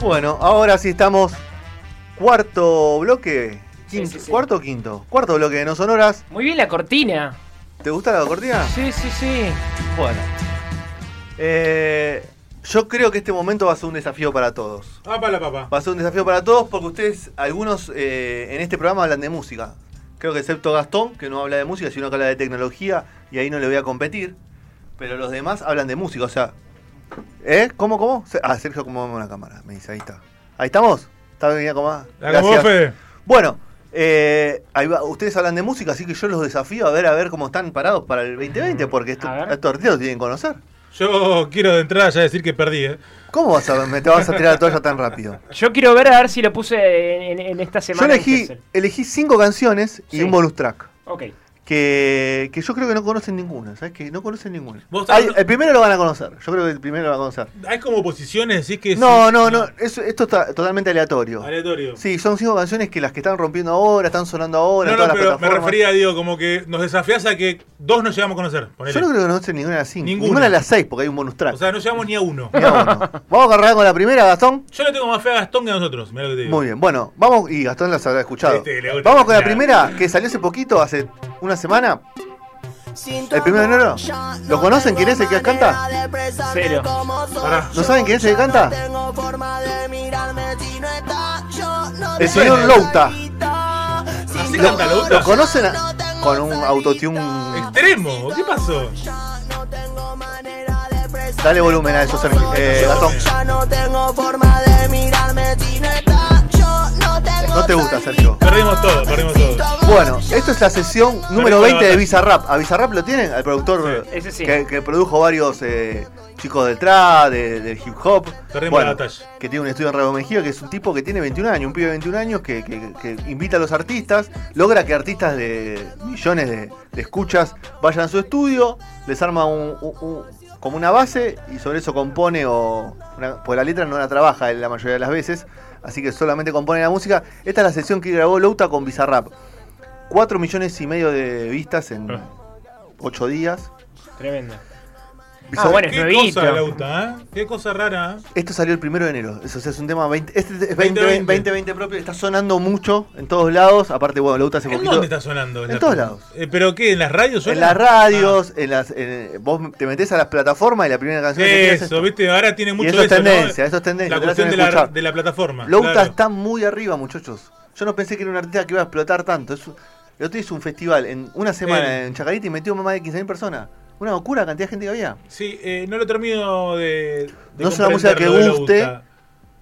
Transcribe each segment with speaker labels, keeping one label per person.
Speaker 1: Bueno, ahora sí estamos. Cuarto bloque. Quinto,
Speaker 2: sí, sí.
Speaker 1: Cuarto o quinto. Cuarto bloque de No Sonoras.
Speaker 2: Muy bien la cortina.
Speaker 1: ¿Te gusta la cortina?
Speaker 2: Sí, sí, sí.
Speaker 1: Bueno. Eh, yo creo que este momento va a ser un desafío para todos.
Speaker 3: Ah, para la papa.
Speaker 1: Va a ser un desafío para todos porque ustedes, algunos eh, en este programa hablan de música. Creo que excepto Gastón, que no habla de música, sino que habla de tecnología y ahí no le voy a competir. Pero los demás hablan de música, o sea... ¿Eh? ¿Cómo, cómo? Se- Ah, Sergio, ¿cómo vamos la cámara? Me dice, ahí está. ¿Ahí estamos? ¿Está bien acomodada?
Speaker 3: La acomodó
Speaker 1: Gracias.
Speaker 3: Fede.
Speaker 1: Bueno, eh, ahí va. ustedes hablan de música, así que yo los desafío a ver a ver cómo están parados para el 2020, porque esto-
Speaker 2: A ver.
Speaker 1: estos artistas los tienen que conocer.
Speaker 3: Yo quiero de entrada ya decir que perdí, ¿eh?
Speaker 1: ¿Cómo vas a, me te vas a tirar la toalla tan rápido?
Speaker 2: Yo quiero ver a ver si lo puse en, en- en esta
Speaker 1: Yo
Speaker 2: semana. en
Speaker 1: elegí,
Speaker 2: Gesell.
Speaker 1: elegí cinco canciones y
Speaker 2: Sí.
Speaker 1: un bonus track.
Speaker 2: Ok.
Speaker 1: Que, que yo creo que no conocen ninguna, ¿sabes? Que no conocen ninguna.
Speaker 3: Vos
Speaker 1: Ay,
Speaker 3: estás-
Speaker 1: el primero lo van a conocer, yo creo que el primero lo van a conocer.
Speaker 3: Hay como posiciones, decís que.
Speaker 1: No,
Speaker 3: sí,
Speaker 1: no, no, eso- esto está totalmente aleatorio.
Speaker 3: Aleatorio.
Speaker 1: Sí, son cinco canciones que las que están rompiendo ahora, están sonando ahora,
Speaker 3: no,
Speaker 1: en
Speaker 3: no,
Speaker 1: todas las
Speaker 3: pero me
Speaker 1: plataformas.
Speaker 3: refería, digo, como que nos desafiás a que dos no llegamos a conocer. ponele.
Speaker 1: Yo no creo que conocen ninguna de las cinco. Ninguna.
Speaker 3: Ninguna.
Speaker 1: de las seis, porque hay un bonus track.
Speaker 3: O sea, no llegamos ni a uno.
Speaker 1: Mirá uno. Vamos a cargar con la primera, Gastón.
Speaker 3: Yo le tengo más fe a Gastón que a nosotros, mirá lo que te digo.
Speaker 1: Muy bien, bueno, vamos, y Gastón las habrá escuchado.
Speaker 3: Este, la última,
Speaker 1: Vamos con la
Speaker 3: claro.
Speaker 1: primera, que salió hace poquito, hace una semana.
Speaker 4: ¿El primero de enero? ¿Lo conocen? ¿Quién es el que canta?
Speaker 2: Cero.
Speaker 3: Pará.
Speaker 4: ¿No saben quién es el que canta?
Speaker 1: El
Speaker 4: El
Speaker 1: señor
Speaker 4: señor
Speaker 1: Louta.
Speaker 4: Louta.
Speaker 3: Así
Speaker 1: ¿Lo,
Speaker 3: canta Louta.
Speaker 1: lo conocen a- con un autotune?
Speaker 3: Extremo, ¿qué pasó?
Speaker 1: Dale volumen a eso, Sergio- eh, Gastón.
Speaker 4: no tengo forma de mirarme, si no está, yo Eh, no tengo
Speaker 1: No te gusta, Sergio.
Speaker 3: Perdimos todo, perdimos todo.
Speaker 1: Bueno, esto es la sesión número
Speaker 3: Perdí la
Speaker 1: 20 de
Speaker 3: batalla.
Speaker 1: Bizarrap. ¿A Bizarrap lo tienen? Al productor
Speaker 2: Sí, ese sí.
Speaker 1: Que, que produjo varios eh, chicos del trap, de- del hip hop.
Speaker 3: Perdimos
Speaker 1: Bueno,
Speaker 3: la batalla.
Speaker 1: Que tiene un estudio en Radio Mejía, que es un tipo que tiene 21 años, un pibe de 21 años que, que- que invita a los artistas, logra que artistas de millones de, de escuchas vayan a su estudio, les arma un, un- un- como una base y sobre eso compone o... una- porque la letra no la trabaja él la mayoría de las veces, así que solamente compone la música. Esta es la sesión que grabó Louta con Bizarrap. 4 millones y medio de vistas en
Speaker 3: Ah.
Speaker 1: 8 días.
Speaker 2: Tremendo. Ah,
Speaker 1: Bizarrap-
Speaker 2: bueno, es
Speaker 3: Qué
Speaker 2: nuevito.
Speaker 3: cosa, Lauta, ¿eh? Qué cosa rara, ¿eh?
Speaker 1: Esto salió el primero de enero. Eso o sea, es un tema 20, este es 20, 20,
Speaker 3: 2020.
Speaker 1: 20 propio. Está sonando mucho en todos lados. Aparte, bueno, lo gusta hace
Speaker 3: ¿En
Speaker 1: poquito.
Speaker 3: dónde está sonando?
Speaker 1: En todos lados.
Speaker 3: Eh, ¿Pero qué? ¿En las radios?
Speaker 1: En
Speaker 3: suena?
Speaker 1: las radios, en las, en- vos te metés a las plataformas y la primera
Speaker 3: Ah,
Speaker 1: canción que tenés es
Speaker 3: Eso, viste, ahora tiene mucho
Speaker 1: eso es
Speaker 3: de ¿no?
Speaker 1: tendencia, eso es tendencia, te
Speaker 3: La
Speaker 1: lo hacen
Speaker 3: cuestión de la,
Speaker 1: escuchar.
Speaker 3: de la plataforma.
Speaker 1: Louta
Speaker 3: claro.
Speaker 1: está muy arriba, muchachos. Yo no pensé que era un artista que iba a explotar tanto. Es, el otro día hizo un festival en una semana
Speaker 3: Eh.
Speaker 1: en Chacarita y metió más de 15.000 personas. Una locura la cantidad de gente que había.
Speaker 3: Sí, eh, no lo termino de. de
Speaker 1: No es una música que
Speaker 3: comprender lo de
Speaker 1: guste,
Speaker 3: Lauta.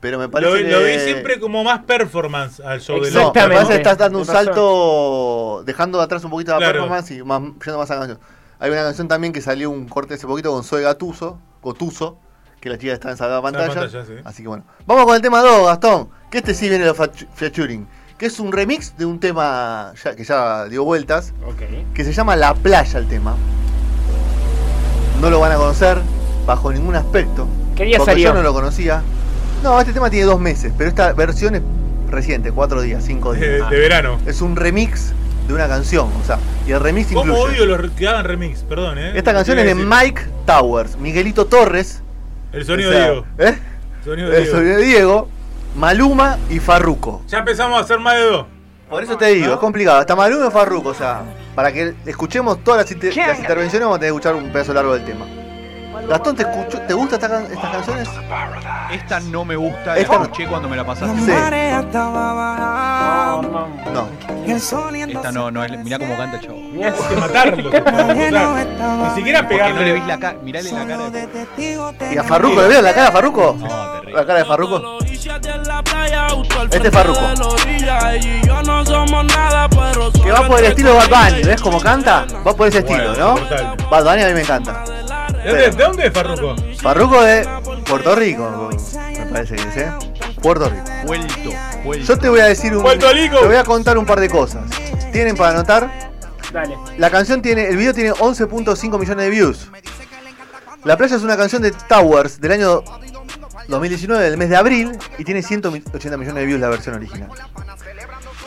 Speaker 1: Pero me parece
Speaker 3: Lo,
Speaker 1: que...
Speaker 3: lo vi siempre como más performance al show de
Speaker 1: No,
Speaker 3: Lauta.
Speaker 1: me
Speaker 2: Exactamente.
Speaker 1: parece que estás dando un
Speaker 2: Tenés razón.
Speaker 1: salto, dejando atrás un poquito la
Speaker 3: Claro.
Speaker 1: performance y más, yendo más a la canción. Hay una canción también que salió un corte hace poquito con Zoe Gatuso, Gotuso, que la chica está en salada pantalla.
Speaker 3: pantalla, sí.
Speaker 1: Así que bueno. Vamos con el tema 2, Gastón, que este sí viene de los featuring, que es un remix de un tema ya- que ya dio vueltas,
Speaker 2: Ok.
Speaker 1: que se llama La Playa el tema. No lo van a conocer bajo ningún aspecto.
Speaker 2: ¿Qué día
Speaker 1: porque
Speaker 2: salió?
Speaker 1: yo no lo conocía. No, este tema tiene dos meses, pero esta versión es reciente, cuatro días, cinco
Speaker 3: De,
Speaker 1: días. Ah.
Speaker 3: de verano.
Speaker 1: Es un remix de una canción, o sea, y el remix
Speaker 3: ¿Cómo
Speaker 1: incluye.
Speaker 3: odio los que hagan remix? Perdón, ¿eh?
Speaker 1: Esta
Speaker 3: Lo
Speaker 1: canción es
Speaker 3: tengo
Speaker 1: de
Speaker 3: que decir.
Speaker 1: Mike Towers, Miguelito Torres.
Speaker 3: El sonido
Speaker 1: o sea,
Speaker 3: Diego.
Speaker 1: ¿eh?
Speaker 3: El sonido
Speaker 1: El
Speaker 3: Diego.
Speaker 1: sonido de Diego, Maluma y Farruko.
Speaker 3: Ya empezamos a hacer más de dos.
Speaker 1: Por eso te digo, es complicado. Hasta Maluma y Farruko, o sea, para que escuchemos todas las, inter- las intervenciones vamos a tener que escuchar un pedazo largo del tema. Gastón, ¿te, escuchó- te gustan estas can- estas canciones?
Speaker 5: Esta no me gusta,
Speaker 1: Esta
Speaker 5: la
Speaker 1: no-
Speaker 5: escuché cuando me la pasaste.
Speaker 1: Sí.
Speaker 6: marea estaba bajando.
Speaker 1: No.
Speaker 6: y el sol y
Speaker 5: Esta no, no, es- mirá cómo canta el chavo.
Speaker 2: Mirá
Speaker 3: Hay que
Speaker 2: si-
Speaker 3: matarlo. que para matar. Ni siquiera
Speaker 5: Porque no le
Speaker 3: pegarle.
Speaker 5: ves la cara, mirale la cara. de-
Speaker 1: ¿Y a Farruko le veo la cara a Farruko?
Speaker 5: No, terrible.
Speaker 1: ¿La cara de Farruko? Este
Speaker 7: Este
Speaker 1: es Farruko. Que va por el estilo Bad Bunny, ¿ves cómo canta? Va por ese estilo, ¿no?
Speaker 3: Total.
Speaker 1: Bad Bunny a mí me encanta.
Speaker 3: ¿De dónde- de dónde es Farruko?
Speaker 1: Farruko de Puerto Rico, me parece que es, ¿eh? Puerto Rico.
Speaker 5: Vuelto, vuelto.
Speaker 1: Yo te voy a decir un.
Speaker 3: Puerto Rico.
Speaker 1: Te voy a contar un par de cosas. Tienen para anotar.
Speaker 2: Dale.
Speaker 1: La canción tiene. El video tiene 11.5 millones de views. La playa es una canción de Towers del año 2019, del mes de abril, y tiene 180 millones de views la versión original.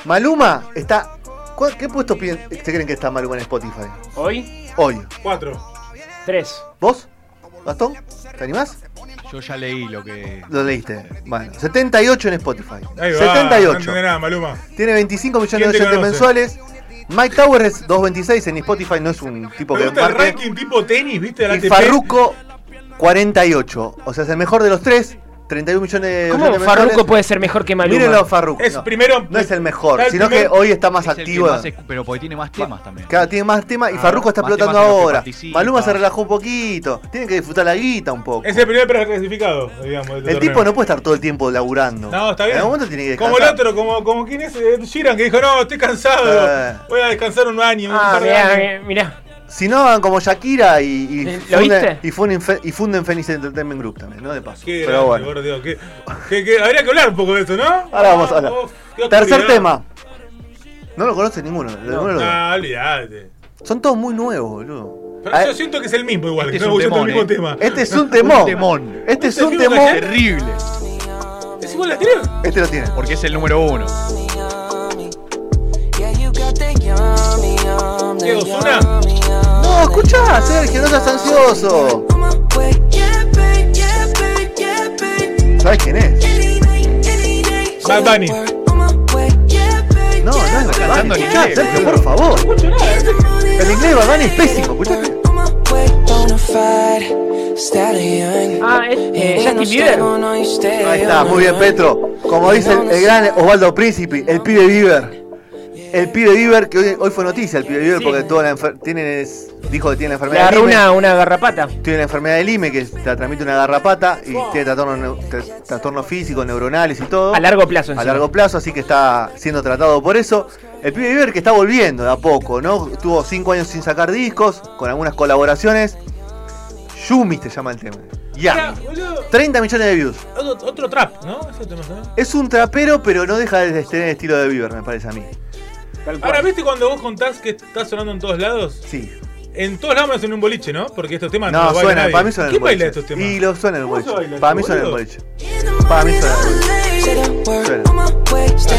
Speaker 1: Maluma está. ¿cuál- ¿Qué puesto pi- se creen que está Maluma en Spotify?
Speaker 2: Hoy,
Speaker 1: Hoy.
Speaker 3: Cuatro.
Speaker 2: tres.
Speaker 1: ¿Vos? Gastón, ¿te animás?
Speaker 5: Yo ya leí lo que.
Speaker 1: Lo leíste. Bueno, 78 en Spotify.
Speaker 3: Ahí va, No
Speaker 1: 78.
Speaker 3: entendés nada, Maluma.
Speaker 1: Tiene 25 millones de
Speaker 3: ¿Quién te
Speaker 1: oyentes
Speaker 3: conoce?
Speaker 1: mensuales. Mike Towers, 2.26 en Spotify, no es un tipo
Speaker 3: Me
Speaker 1: que
Speaker 3: gusta el
Speaker 1: marque.
Speaker 3: ranking tipo tenis, ¿viste? De la
Speaker 1: Y
Speaker 3: ATP.
Speaker 1: Farruko, 48. O sea, es el mejor de los tres. 31 millones de
Speaker 2: ¿Cómo
Speaker 1: oyentes
Speaker 2: Farruko
Speaker 1: mensuales.
Speaker 2: puede ser mejor que Maluma?
Speaker 1: Mírenlo a Farruko.
Speaker 3: Es
Speaker 1: no,
Speaker 3: primero-
Speaker 1: No es el mejor,
Speaker 3: está el
Speaker 1: sino
Speaker 3: primer-
Speaker 1: que hoy está más
Speaker 5: Es el que
Speaker 1: activo.
Speaker 5: más escu- pero porque tiene más temas también.
Speaker 1: Claro, tiene más temas y
Speaker 5: Ah,
Speaker 1: Farruko está
Speaker 5: más
Speaker 1: explotando
Speaker 5: temas en los que
Speaker 1: ahora.
Speaker 5: participa.
Speaker 1: Maluma se relajó un poquito. Tiene que disfrutar la guita un poco.
Speaker 3: Es el primer preclasificado, digamos. de este
Speaker 1: El
Speaker 3: torneo.
Speaker 1: tipo no puede estar todo el tiempo laburando.
Speaker 3: No, está bien.
Speaker 1: En algún momento tiene que
Speaker 3: como el
Speaker 1: descansar.
Speaker 3: otro, como, como quien es eh, Sheeran, que dijo, no, estoy
Speaker 1: Eh.
Speaker 3: cansado, voy a descansar un año, un
Speaker 2: Ah,
Speaker 3: par de
Speaker 2: mirá,
Speaker 3: años".
Speaker 2: mirá, mirá.
Speaker 1: Si no, hagan como Shakira y, y
Speaker 2: ¿Lo
Speaker 1: funden,
Speaker 2: viste?
Speaker 1: y, funden, Fe- y funden Phoenix Entertainment Group también, ¿no? De paso.
Speaker 3: Qué
Speaker 1: Pero bueno.
Speaker 3: grande, por Dios, qué- qué- qué- habría que hablar un poco de eso, ¿no?
Speaker 1: Ahora vamos a hablar.
Speaker 3: Uf, qué
Speaker 1: Tercer
Speaker 3: oscuridad.
Speaker 1: tema. No lo conoce ninguno. ninguno lo-
Speaker 3: Ah, olvídate.
Speaker 1: Son todos muy nuevos, boludo.
Speaker 3: Pero
Speaker 1: Ah,
Speaker 3: yo siento que es el mismo igual,
Speaker 5: Este
Speaker 3: que
Speaker 5: es
Speaker 3: no
Speaker 5: un
Speaker 3: me gusta el mismo
Speaker 5: temón,
Speaker 3: tema.
Speaker 1: Este es un temón.
Speaker 5: Un temón.
Speaker 1: Este es
Speaker 3: Este
Speaker 1: un
Speaker 3: es un
Speaker 1: temón.
Speaker 5: Terrible.
Speaker 3: ¿Es igual la anterior?
Speaker 1: Este lo tiene.
Speaker 5: Porque es el número uno.
Speaker 3: ¿Qué, Ozuna?
Speaker 1: No, escuchá, Sergio, no seas ansioso. ¿Sabes quién es?
Speaker 3: Bad Bunny.
Speaker 1: No, no es
Speaker 5: Está
Speaker 1: Bad
Speaker 5: cantando
Speaker 1: Bunny.
Speaker 5: en
Speaker 1: Escuchá,
Speaker 5: inglés,
Speaker 1: Sergio,
Speaker 5: boludo.
Speaker 1: por favor. El inglés de Bad Bunny es pésimo, escuchaste.
Speaker 2: Ah, es eh, Justin Bieber.
Speaker 1: Ahí está, muy bien, Petro. Como dice el, el gran Osvaldo Príncipe, el pibe Bieber. El pibe Bieber, que hoy, hoy fue noticia, el pibe Bieber,
Speaker 2: Sí.
Speaker 1: porque tuvo la enfer- tiene, es- dijo que tiene la
Speaker 2: Le
Speaker 1: enfermedad de
Speaker 2: agarró
Speaker 1: Lyme.
Speaker 2: una, una garrapata.
Speaker 1: Tiene la enfermedad de Lyme, que la transmite una garrapata y tiene trastornos neu- tra- trastornos físicos, neuronales y todo.
Speaker 2: A largo plazo,
Speaker 1: A
Speaker 2: encima.
Speaker 1: largo plazo, así que está siendo tratado por eso. El pibe Bieber que está volviendo de a poco, ¿no? Tuvo cinco años sin sacar discos, con algunas colaboraciones. Yumi se llama el tema.
Speaker 3: Mirá,
Speaker 1: Ya.
Speaker 3: boludo,
Speaker 1: 30 millones de views.
Speaker 3: otro, otro trap, ¿no? Ese tema, ¿no?
Speaker 1: Es un trapero, pero no deja de tener estilo de Bieber, me parece a mí.
Speaker 3: Ahora, ¿viste cuando vos contás que está sonando en todos lados?
Speaker 1: Sí.
Speaker 3: En todos lados menos en un boliche, Ah, ¿no? Porque estos temas
Speaker 1: No,
Speaker 3: los baila
Speaker 1: suena,
Speaker 3: nadie.
Speaker 1: para mí suena en el
Speaker 3: ¿Quién baila
Speaker 1: boliche.
Speaker 3: estos temas?
Speaker 1: Y lo suena en el
Speaker 3: ¿Cómo se
Speaker 1: boliche.
Speaker 3: baila, este
Speaker 1: Para mí suena en el
Speaker 3: boludo?
Speaker 1: boliche. Para mí suena en el boliche.
Speaker 3: No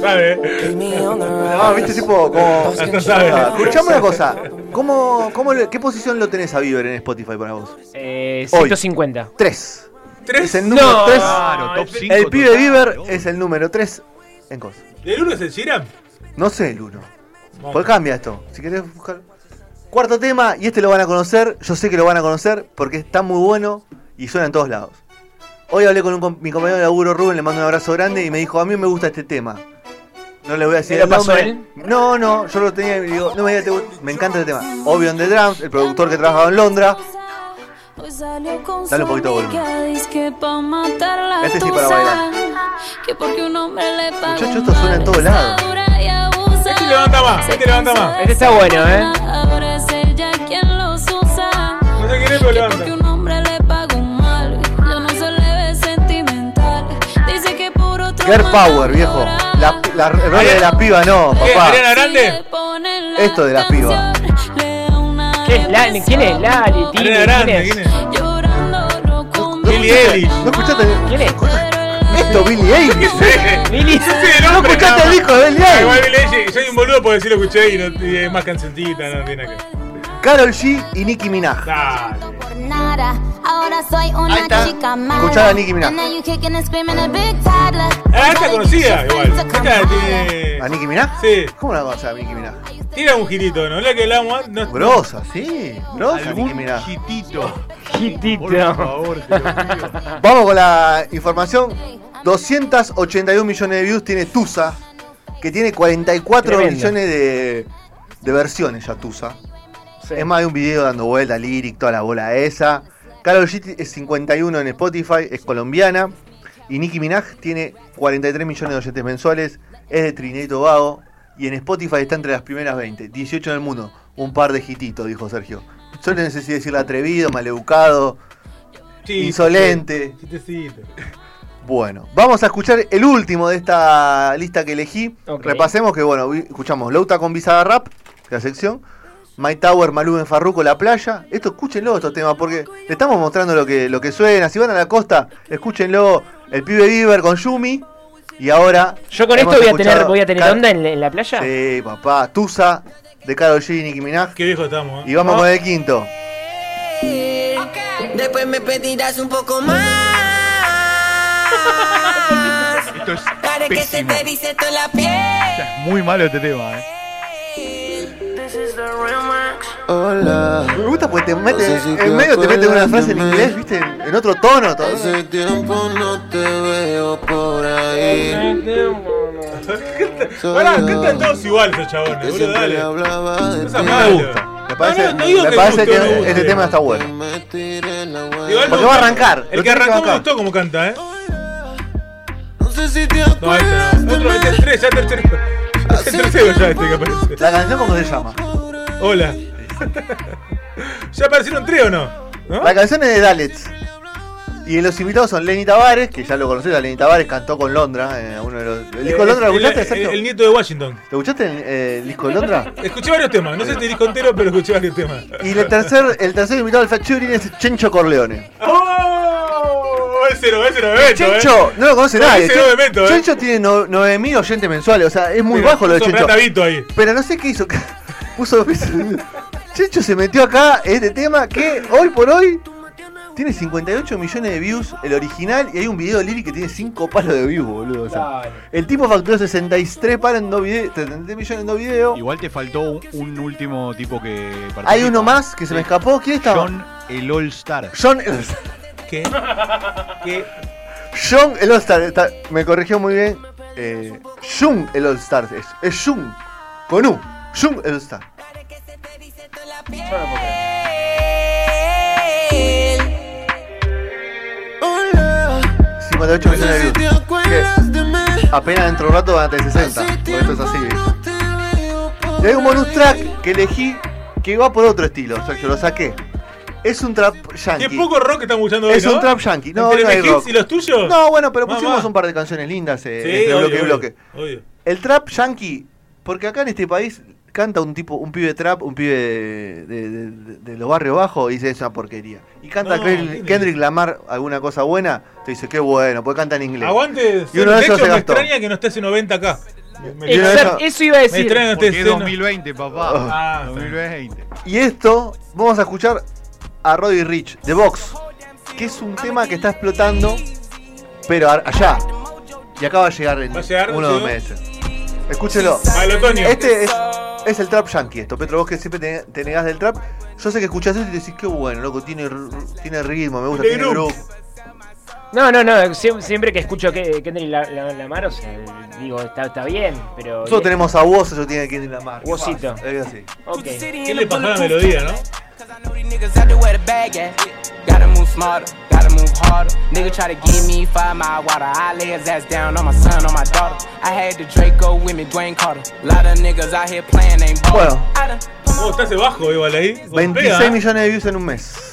Speaker 3: sabe.
Speaker 1: No, viste, tipo, como.
Speaker 3: No sabe.
Speaker 1: Ah, Escuchame una cosa. ¿Cómo, cómo, le- ¿Qué posición lo tenés a Bieber en Spotify para vos?
Speaker 2: Eh,
Speaker 1: Hoy.
Speaker 2: 150.
Speaker 1: Tres.
Speaker 3: Tres.
Speaker 1: Es el número
Speaker 2: No.
Speaker 1: tres.
Speaker 5: Claro, top 5.
Speaker 1: El pibe Bieber es el número tres en cosa.
Speaker 3: ¿El uno es el Sheeran?
Speaker 1: No sé el uno.
Speaker 3: Vamos.
Speaker 1: Pues cambia esto. Si querés buscar. Cuarto tema, y este lo van a conocer. Yo sé que lo van a conocer porque está muy bueno y suena en todos lados. Hoy hablé con un com- mi compañero de laburo Rubén, le mando un abrazo grande y me dijo: A mí me gusta este tema. No le voy a decir
Speaker 2: ¿Te lo
Speaker 1: el
Speaker 2: pasó
Speaker 1: nombre.
Speaker 2: él?
Speaker 1: No, no, yo lo tenía y le digo: No me digas, te gu- me encanta este tema. Obvio on the Drums, el productor que trabajaba en Londra.
Speaker 7: pues Dale un poquito de volumen. Este sí para bailar.
Speaker 1: Muchachos, esto suena en todos lados.
Speaker 3: Este levanta más, este levanta más.
Speaker 2: Este está bueno, ¿eh?
Speaker 7: Ahora es ella quien los usa.
Speaker 3: No sé quién es, pero
Speaker 7: Que
Speaker 3: levanta.
Speaker 7: porque un hombre le paga un mal. Yo no se le ve sentimental. Dice que por otro
Speaker 1: Girl
Speaker 7: man
Speaker 1: Power, viejo. La, la- el rol de la piba, no,
Speaker 3: ¿Qué,
Speaker 1: papá.
Speaker 3: Ariana
Speaker 7: Si
Speaker 3: Eh, Grande?
Speaker 7: le ponen la
Speaker 1: Esto de la piba.
Speaker 7: canción, le da una
Speaker 2: ¿Qué es Lali? ¿Quién es Lali?
Speaker 7: depresión.
Speaker 2: ¿Quién
Speaker 3: Ariana
Speaker 2: es?
Speaker 3: Grande, ¿quién es?
Speaker 7: Llorando no
Speaker 3: Billie
Speaker 7: conviene.
Speaker 3: Eilish.
Speaker 1: ¿No escuchaste?
Speaker 2: ¿Quién es?
Speaker 1: Esto, Billy Eilish.
Speaker 2: Billie.
Speaker 3: Yo sé el
Speaker 1: ¿No
Speaker 3: nombre,
Speaker 1: escuchaste
Speaker 3: nada
Speaker 1: el
Speaker 3: más.
Speaker 1: disco de Billy
Speaker 3: Ah, Igual
Speaker 1: Eilish?
Speaker 3: Billie Eilish, soy un boludo por decirlo escuché y, no, y es más cancioncita, no tiene nada que ver.
Speaker 1: Carol G y Nicki Minaj.
Speaker 3: Dale.
Speaker 7: Por nada, ahora soy
Speaker 1: Ahí
Speaker 7: una
Speaker 1: está.
Speaker 7: chica mala.
Speaker 1: Escuchá a Nicki Minaj.
Speaker 7: And now you kicking and screaming a big toddler.
Speaker 3: Ah, esta
Speaker 7: Gotta
Speaker 3: conocida
Speaker 7: get your
Speaker 3: igual.
Speaker 7: friends to come
Speaker 3: Esta
Speaker 7: holler.
Speaker 3: tiene.
Speaker 1: ¿A Nicki Minaj?
Speaker 3: Sí.
Speaker 1: ¿Cómo la conoces a Nicki Minaj?
Speaker 3: Tira un girito, ¿no? La que hablamos antes, no-
Speaker 1: Grosa, sí. Grosa, Nicki
Speaker 5: Algún
Speaker 1: Minaj.
Speaker 5: chitito. Por
Speaker 2: Quitito.
Speaker 5: favor, te lo pido.
Speaker 1: Vamos con la información. 281 millones de views tiene Tusa, que tiene 44
Speaker 2: Tremendo.
Speaker 1: millones de, de versiones ya Tusa.
Speaker 2: Sí.
Speaker 1: Es más de un video dando vuelta, lyric, toda la bola esa. Carol G es 51 en Spotify, es colombiana. Y Nicki Minaj tiene 43 millones de oyentes mensuales, es de Trinidad y Tobago. Y en Spotify está entre las primeras 20, 18 en el mundo. Un par de jititos, dijo Sergio. Yo no sé si decirle atrevido, maleducado.
Speaker 3: Sí,
Speaker 1: Insolente.
Speaker 3: Chistecito.
Speaker 1: Bueno, vamos a escuchar el último de esta lista que elegí.
Speaker 2: Ok.
Speaker 1: Repasemos que, bueno, vi- escuchamos Louta con Visa Rap, la sección. My Tower, Malú en Farruco, La Playa. Esto, escúchenlo, estos temas, porque le estamos mostrando lo que, lo que suena. Si van a la costa, escúchenlo. El pibe Bieber con Yumi. Y ahora.
Speaker 2: Yo con esto
Speaker 1: hemos
Speaker 2: voy a tener,
Speaker 1: escuchado
Speaker 2: voy a tener
Speaker 1: Car-
Speaker 2: onda en, la- en la playa.
Speaker 1: Sí, papá. Tusa, de Karol G y Nicki Minaj.
Speaker 3: Qué viejo estamos, ¿eh?
Speaker 1: Y vamos con el quinto.
Speaker 4: Después me pedirás un poco más.
Speaker 5: Esto es
Speaker 4: Para que se
Speaker 5: pésimo.
Speaker 4: te dice toda la piel.
Speaker 5: Ya es muy malo este tema, eh.
Speaker 8: Hola.
Speaker 1: Me gusta porque te mete,
Speaker 8: No sé si te
Speaker 1: en medio te mete una
Speaker 8: acuerdas
Speaker 1: frase
Speaker 8: de
Speaker 1: en
Speaker 8: mí.
Speaker 1: inglés, viste, en en otro tono. todo.
Speaker 8: Hace tiempo no te veo por ahí.
Speaker 3: Pará, cantan todos igual esos
Speaker 8: Que
Speaker 3: chabones, boludo,
Speaker 8: siempre le
Speaker 3: dale.
Speaker 8: hablaba de
Speaker 3: Esa
Speaker 8: ti.
Speaker 3: madre.
Speaker 1: Me parece,
Speaker 3: No, no, no digo
Speaker 1: me
Speaker 3: que
Speaker 1: parece
Speaker 3: guste,
Speaker 1: que
Speaker 3: no guste.
Speaker 1: este tema está
Speaker 8: Que
Speaker 1: bueno.
Speaker 8: me tiré en la huella.
Speaker 3: Igual
Speaker 1: Porque
Speaker 3: no-
Speaker 1: va a arrancar, lo
Speaker 3: El que
Speaker 1: tiene que
Speaker 3: arrancó me
Speaker 1: arrancar.
Speaker 3: gustó como canta, ¿eh?
Speaker 8: No sé si te
Speaker 1: Pues,
Speaker 3: No, este
Speaker 8: acuerdas
Speaker 3: no.
Speaker 8: de
Speaker 3: Otro, este es
Speaker 8: mí.
Speaker 3: el tres, ya este es el tercero. Es el
Speaker 1: pues,
Speaker 3: tercero ya este que aparece.
Speaker 1: La canción, ¿cómo se llama?
Speaker 3: ¿Ah? Hola. ¿Ya aparecieron tres o no? ¿No?
Speaker 1: La canción es de Dalets. Y los invitados son Lenny Tavares, que ya lo conocés, a Lenny Tavares cantó con Londra. eh, uno de los- ¿El disco de Londra lo
Speaker 3: El-
Speaker 1: escuchaste,
Speaker 3: el-
Speaker 1: Sergio?
Speaker 3: el nieto de Washington.
Speaker 1: ¿Lo escuchaste el, eh, el disco de Londra?
Speaker 3: Escuché varios temas, no sé si te disco entero, pero escuché varios temas.
Speaker 1: Y el tercer, el tercer invitado al featuring es Chencho Corleone.
Speaker 3: ¡Oh! Ese no, ese no me meto, eh.
Speaker 1: Chencho, no lo conoce
Speaker 3: No,
Speaker 1: nadie.
Speaker 3: ese no me meto, eh.
Speaker 1: Chencho tiene no- 9.000 oyentes mensuales, o sea, es muy
Speaker 3: Pero
Speaker 1: bajo lo de
Speaker 3: eh. puso
Speaker 1: Chencho.
Speaker 3: platavito ahí.
Speaker 1: Pero no sé qué hizo. Puso. Checho se metió acá en este tema que hoy por hoy tiene 58 millones de views el original y hay un video de Liri que tiene 5 palos de views, boludo. o sea,
Speaker 2: Dale.
Speaker 1: el tipo facturó 63 palos en dos videos, 73 millones en dos videos.
Speaker 5: Igual te faltó un, un último tipo que participa.
Speaker 1: Hay uno más que se me escapó. ¿Quién estaba?
Speaker 5: John, el All Star.
Speaker 1: John,
Speaker 3: ¿Qué? ¿Qué?
Speaker 1: John el All Star. está- me corrigió muy bien. Eh, Jung el All Star. Es, es Jung. Con U. Jung el All Star.
Speaker 8: Hola.
Speaker 1: 58
Speaker 8: No sé
Speaker 1: millones de
Speaker 8: si te
Speaker 1: views.
Speaker 8: acuerdas de mí.
Speaker 1: Apenas dentro de un rato van a tener 60.
Speaker 8: Hace
Speaker 1: Porque esto es
Speaker 8: tiempo
Speaker 1: así. ¿viste?
Speaker 8: no te veo por
Speaker 1: Y hay un bonus
Speaker 8: ahí.
Speaker 1: track que elegí que va por otro estilo, Sergio, lo saqué. Es un trap
Speaker 3: Qué
Speaker 1: yankee.
Speaker 3: poco rock estamos escuchando hoy,
Speaker 1: es
Speaker 3: ¿no?
Speaker 1: un trap yankee. No,
Speaker 3: ¿Entre
Speaker 1: no hay
Speaker 3: los hits
Speaker 1: rock.
Speaker 3: y los tuyos?
Speaker 1: No, bueno, pero
Speaker 3: Mamá.
Speaker 1: pusimos un par de canciones lindas eh, entre
Speaker 3: obvio,
Speaker 1: bloque y
Speaker 3: obvio,
Speaker 1: bloque.
Speaker 3: obvio.
Speaker 1: El trap yankee, porque acá en este país canta un tipo, un pibe trap, un pibe de, de- de- de los barrios bajos y dice es una porquería. Y canta
Speaker 3: No,
Speaker 1: Kendrick-
Speaker 3: tiene-
Speaker 1: Kendrick Lamar alguna cosa buena, te dice qué bueno, porque canta en inglés.
Speaker 3: Aguante,
Speaker 1: Y uno de
Speaker 3: de
Speaker 1: esos
Speaker 3: hecho
Speaker 1: se
Speaker 3: me
Speaker 1: gastó.
Speaker 3: extraña que no estés en 90 acá. Me, me-
Speaker 1: Yo
Speaker 2: Exacto,
Speaker 1: eso-
Speaker 2: eso iba a
Speaker 3: me
Speaker 2: decir.
Speaker 3: extraña que no
Speaker 5: Porque
Speaker 3: estés
Speaker 5: es
Speaker 3: en-
Speaker 5: 2020, papá.
Speaker 3: Ah,
Speaker 5: 2020.
Speaker 1: Y esto vamos a escuchar a Roddy Rich de Vox, que es un tema que está explotando, pero a- allá. Y acaba de llegar en
Speaker 3: Va a llegar,
Speaker 1: uno o dos
Speaker 3: ¿sí?
Speaker 1: meses. Escúchelo.
Speaker 3: Al Ah, otoño.
Speaker 1: Este es, es el trap yankee, esto. Petro, vos que siempre te, te negás del trap. Yo sé que escuchás esto y decís, qué bueno, loco, tiene, r- tiene ritmo, me gusta,
Speaker 3: Tiene
Speaker 1: tiene
Speaker 3: groove".
Speaker 1: groove.
Speaker 2: No, no, no. sie- Siempre que escucho que Kendrick la, la, Lamar, o sea, digo, está, está bien, pero.
Speaker 1: Nosotros tenemos a vos, yo tiene que ir en la marca.
Speaker 2: Vosito.
Speaker 1: Es así.
Speaker 2: Ok.
Speaker 3: ¿Qué le pasó a la melodía, no?
Speaker 9: Know these niggas out there where the bag at. Gotta move smarter, gotta move harder. Nigga try to give me five mile water. I lay his ass down on my son, on my daughter. I had the Draco with me, Dwayne Carter. Lot of niggas out here playing, ain't ballin'.
Speaker 1: Bueno.
Speaker 9: I done
Speaker 3: Oh, estás bajo igual ahí. Golpea.
Speaker 1: 26 millones de views en un mes.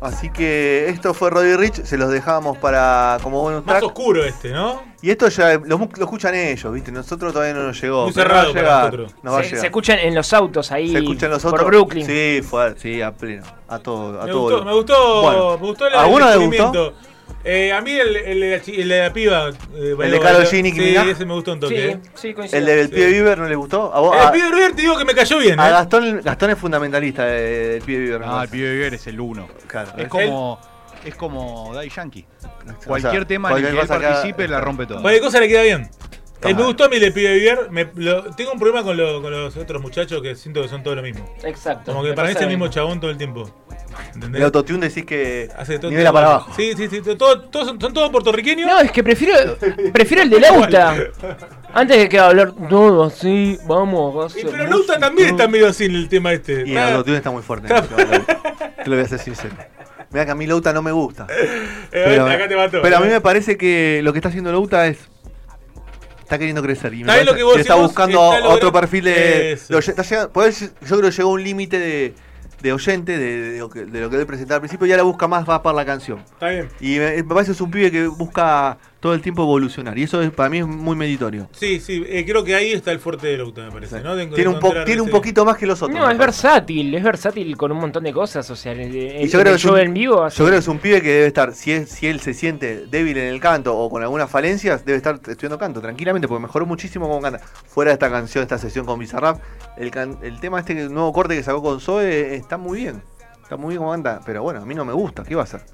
Speaker 1: Así que esto fue Roddy Rich, se los dejamos para como bonus
Speaker 3: Más
Speaker 1: track.
Speaker 3: oscuro este, ¿no?
Speaker 1: Y esto ya lo, mu- lo escuchan ellos, ¿viste? Nosotros todavía no nos llegó.
Speaker 3: Muy
Speaker 1: pero
Speaker 3: cerrado
Speaker 1: nos va a
Speaker 3: para
Speaker 1: llegar,
Speaker 3: nosotros.
Speaker 1: nos va a
Speaker 2: se,
Speaker 1: llegar.
Speaker 2: se escuchan en los autos ahí.
Speaker 1: Se escuchan los otros.
Speaker 2: Por Brooklyn.
Speaker 1: Sí, fue, a- sí, a pleno. A todo, a
Speaker 3: Me
Speaker 1: todo.
Speaker 3: gustó,
Speaker 1: volumen.
Speaker 3: me gustó,
Speaker 1: Bueno,
Speaker 3: me gustó el,
Speaker 1: ¿a uno
Speaker 3: el
Speaker 1: le gustó?
Speaker 3: descubrimiento. Eh, a mí el, el, de la chi- el de la piba. eh, bailó-
Speaker 1: Karol
Speaker 3: bailó-
Speaker 1: G, Nicki
Speaker 3: Sí,
Speaker 1: Minaj?
Speaker 3: ese me gustó un
Speaker 2: Sí,
Speaker 3: toque. eh.
Speaker 2: sí, coincido.
Speaker 1: ¿El del pibe Bieber no le gustó? A, vos,
Speaker 3: El
Speaker 1: a,
Speaker 3: pibe River te digo que me cayó bien.
Speaker 1: a
Speaker 3: eh.
Speaker 1: Gastón, Gastón es fundamentalista de- del pibe Bieber. me
Speaker 5: Ah, el
Speaker 1: parece.
Speaker 5: pibe Bieber es el uno.
Speaker 1: Claro,
Speaker 5: Es
Speaker 1: es-
Speaker 5: como, es como Dai Yankee.
Speaker 1: o sea,
Speaker 5: Cualquier tema en el que él
Speaker 1: cualquier cosa que-
Speaker 5: participe la rompe todo.
Speaker 3: Cualquier cosa le queda bien. Eh, me
Speaker 1: mal.
Speaker 3: gustó a mí el de pibe River. Me- lo- tengo un problema con, lo- con los otros muchachos que siento que son todos lo mismo.
Speaker 2: Exacto.
Speaker 3: Como que
Speaker 2: me
Speaker 3: para mí es
Speaker 2: pasa
Speaker 3: el
Speaker 2: lo
Speaker 3: mismo chabón todo el tiempo. ¿Entendés?
Speaker 1: El autotune decís que
Speaker 3: Hace todo-
Speaker 1: nivela para abajo.
Speaker 3: Sí, sí, sí. todo- todos son, son todos puertorriqueños.
Speaker 2: No, es que prefiero, prefiero el de Lauta. Antes de que hablar todo así, vamos.
Speaker 3: Y- pero Nauta también está medio así en el tema este.
Speaker 1: Y el
Speaker 3: Está-
Speaker 1: autotune está muy fuerte.
Speaker 3: Claro.
Speaker 1: Te lo voy a ser sincero. Mira que a mí Louta no me gusta.
Speaker 3: eh, acá te mató. ¿eh?
Speaker 1: pero a mí me parece que lo que está haciendo Louta es. Está queriendo crecer. Y me
Speaker 3: Está
Speaker 1: parece
Speaker 3: bien lo que vos
Speaker 1: que está
Speaker 3: decís,
Speaker 1: buscando
Speaker 3: está
Speaker 1: otro
Speaker 3: logrando-
Speaker 1: perfil de.
Speaker 3: Eso.
Speaker 1: de oyen- está llegando- por ahí yo creo que llegó a un límite de, de oyente, de, de lo que, de lo que él presentaba al principio, y ahora busca más va para la canción.
Speaker 3: Está bien.
Speaker 1: Y me, me parece que es un pibe que busca todo el tiempo evolucionar. Y eso es- para mí es muy meritorio.
Speaker 3: Sí, sí, eh, creo que ahí está el fuerte de Lauta, me parece. ¿no? De- de
Speaker 1: tiene, un po-
Speaker 3: encontrar
Speaker 1: tiene un
Speaker 3: ese-
Speaker 1: poquito más que los otros.
Speaker 2: No,
Speaker 1: me
Speaker 2: es
Speaker 1: parece.
Speaker 2: versátil, es versátil con un montón de cosas. O sea, el,
Speaker 1: Y
Speaker 2: el-
Speaker 1: yo, creo
Speaker 2: el
Speaker 1: que es
Speaker 2: show
Speaker 1: un,
Speaker 2: en vivo. hace-
Speaker 1: yo creo que es un pibe que debe estar, si, es, si él se siente débil en el canto o con algunas falencias, debe estar estudiando canto tranquilamente, porque mejoró muchísimo como canta. Fuera de esta canción, esta sesión con Bizarrap, el, can- el tema este que- nuevo corte que sacó con Zoe eh, está muy bien. Está Está muy bien como banda, pero bueno, a mí no me gusta, ¿qué va a hacer?